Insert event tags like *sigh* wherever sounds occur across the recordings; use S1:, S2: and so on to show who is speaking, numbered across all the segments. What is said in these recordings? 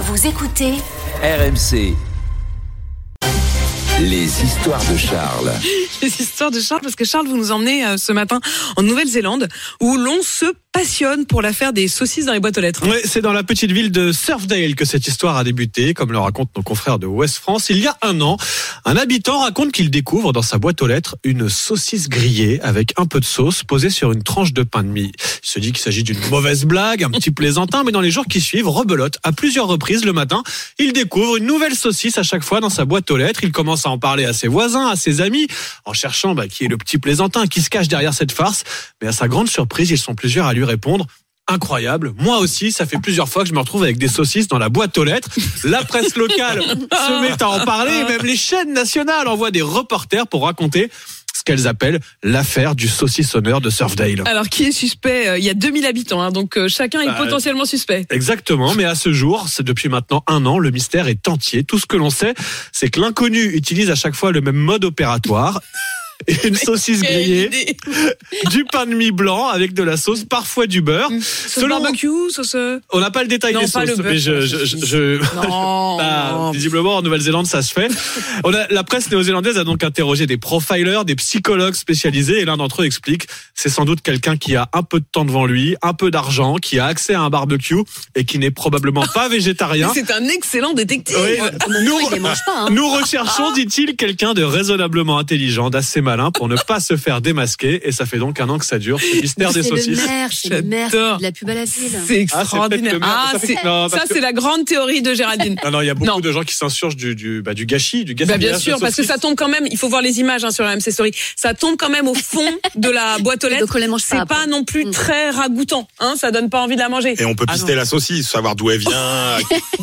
S1: Vous écoutez
S2: RMC. Les histoires de Charles.
S3: les histoires de Charles, parce que Charles, vous nous emmenez euh, ce matin en Nouvelle-Zélande, où l'on se passionne pour l'affaire des saucisses dans les boîtes aux lettres.
S4: Ouais, c'est dans la petite ville de Surfdale que cette histoire a débuté, comme le racontent nos confrères de West France. Il y a un an, un habitant raconte qu'il découvre dans sa boîte aux lettres une saucisse grillée avec un peu de sauce posée sur une tranche de pain de mie. Il se dit qu'il s'agit d'une mauvaise blague, un petit plaisantin, mais dans les jours qui suivent, rebelote à plusieurs reprises le matin. Il découvre une nouvelle saucisse à chaque fois dans sa boîte aux lettres. Il commence à en parler à ses voisins, à ses amis, en cherchant bah, qui est le petit plaisantin, qui se cache derrière cette farce. Mais à sa grande surprise, ils sont plusieurs à lui répondre. Incroyable. Moi aussi, ça fait plusieurs fois que je me retrouve avec des saucisses dans la boîte aux lettres. La presse locale
S3: Ah.
S4: se met à en parler. et Même les chaînes nationales envoient des reporters pour raconter ce qu'elles appellent l'affaire du saucissonneur de Surfdale.
S3: Alors, qui est suspect Euh, Il y a 2000 habitants, hein, donc euh, chacun est
S4: Bah,
S3: potentiellement suspect.
S4: Exactement, mais à ce jour, c'est depuis maintenant un an, le mystère est entier. Tout ce que l'on sait, c'est que l'inconnu utilise à chaque fois le même mode
S3: *laughs*
S4: opératoire. Une saucisse grillée, du pain de mie blanc avec de la sauce, parfois du beurre.
S3: Sauce Mmh. barbecue,
S4: *laughs*
S3: sauce... euh,
S4: On n'a pas le détail
S3: Non,
S4: des
S3: pas
S4: sauces,
S3: le beurre.
S4: mais je, je- je- je-
S3: Non,
S4: Bah,
S3: non.
S4: visiblement en Nouvelle-Zélande ça se
S3: *laughs*
S4: fait. On a- la presse néo-zélandaise a donc interrogé des profilers, des psychologues spécialisés et l'un d'entre eux explique c'est sans doute quelqu'un qui a un peu de temps devant lui, un peu d'argent, qui a accès à un barbecue et qui n'est probablement
S3: *laughs*
S4: pas végétarien.
S3: C'est un excellent détective.
S4: Hein
S3: Ah,
S4: Oui, Ah, nous,
S1: les mange pas, hein.
S4: nous recherchons, dit-il, quelqu'un de raisonnablement intelligent, d'assez malin pour ne pas se faire démasquer. Et ça fait donc un an que ça dure,
S3: *laughs*
S4: ce mystère des
S1: C'est le
S4: saucisses.
S1: maire, c'est le maire,
S3: J'adore.
S1: c'est de la pub à la ville.
S3: C'est extraordinaire. Ah,
S4: Ah, c'est peut-être le maire de Saint-Félix.
S3: c'est
S4: Non,
S3: ça,
S4: parce que- Ah,
S3: c'est la grande théorie de Géraldine.
S4: Non, non, il y a beaucoup
S3: Non.
S4: de gens qui s'insurgent du, du, bah, du gâchis, du
S3: Bah,
S4: gaspillage.
S3: bien sûr,
S4: de
S3: parce que
S4: saucisses.
S3: ça tombe quand même. Il faut voir les images hein, sur la MC Story. Ça tombe quand même au fond de la boîte aux
S1: Donc
S3: lettres.
S1: on les mange
S3: C'est
S1: pas.
S3: pas non plus
S1: Mm.
S3: très ragoûtant. Hein, ça donne pas envie de la manger.
S5: Et on peut
S4: Ah
S5: pister la saucisse, savoir d'où elle vient,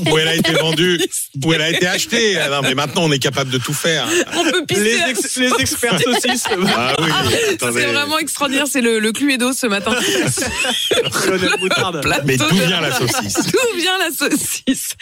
S5: où elle a été vendue, où elle a été achetée. Ah Non, mais maintenant, on est capable de tout faire.
S3: On peut pisser.
S4: Les, ex- les
S3: *laughs*
S4: experts saucisses. euh,
S5: Ah oui,
S3: C'est
S5: attendez.
S3: vraiment extraordinaire. C'est le, le Cluedo ce matin.
S4: Colonel Moutarde.
S5: Mais d'où vient la saucisse
S3: D'où vient la saucisse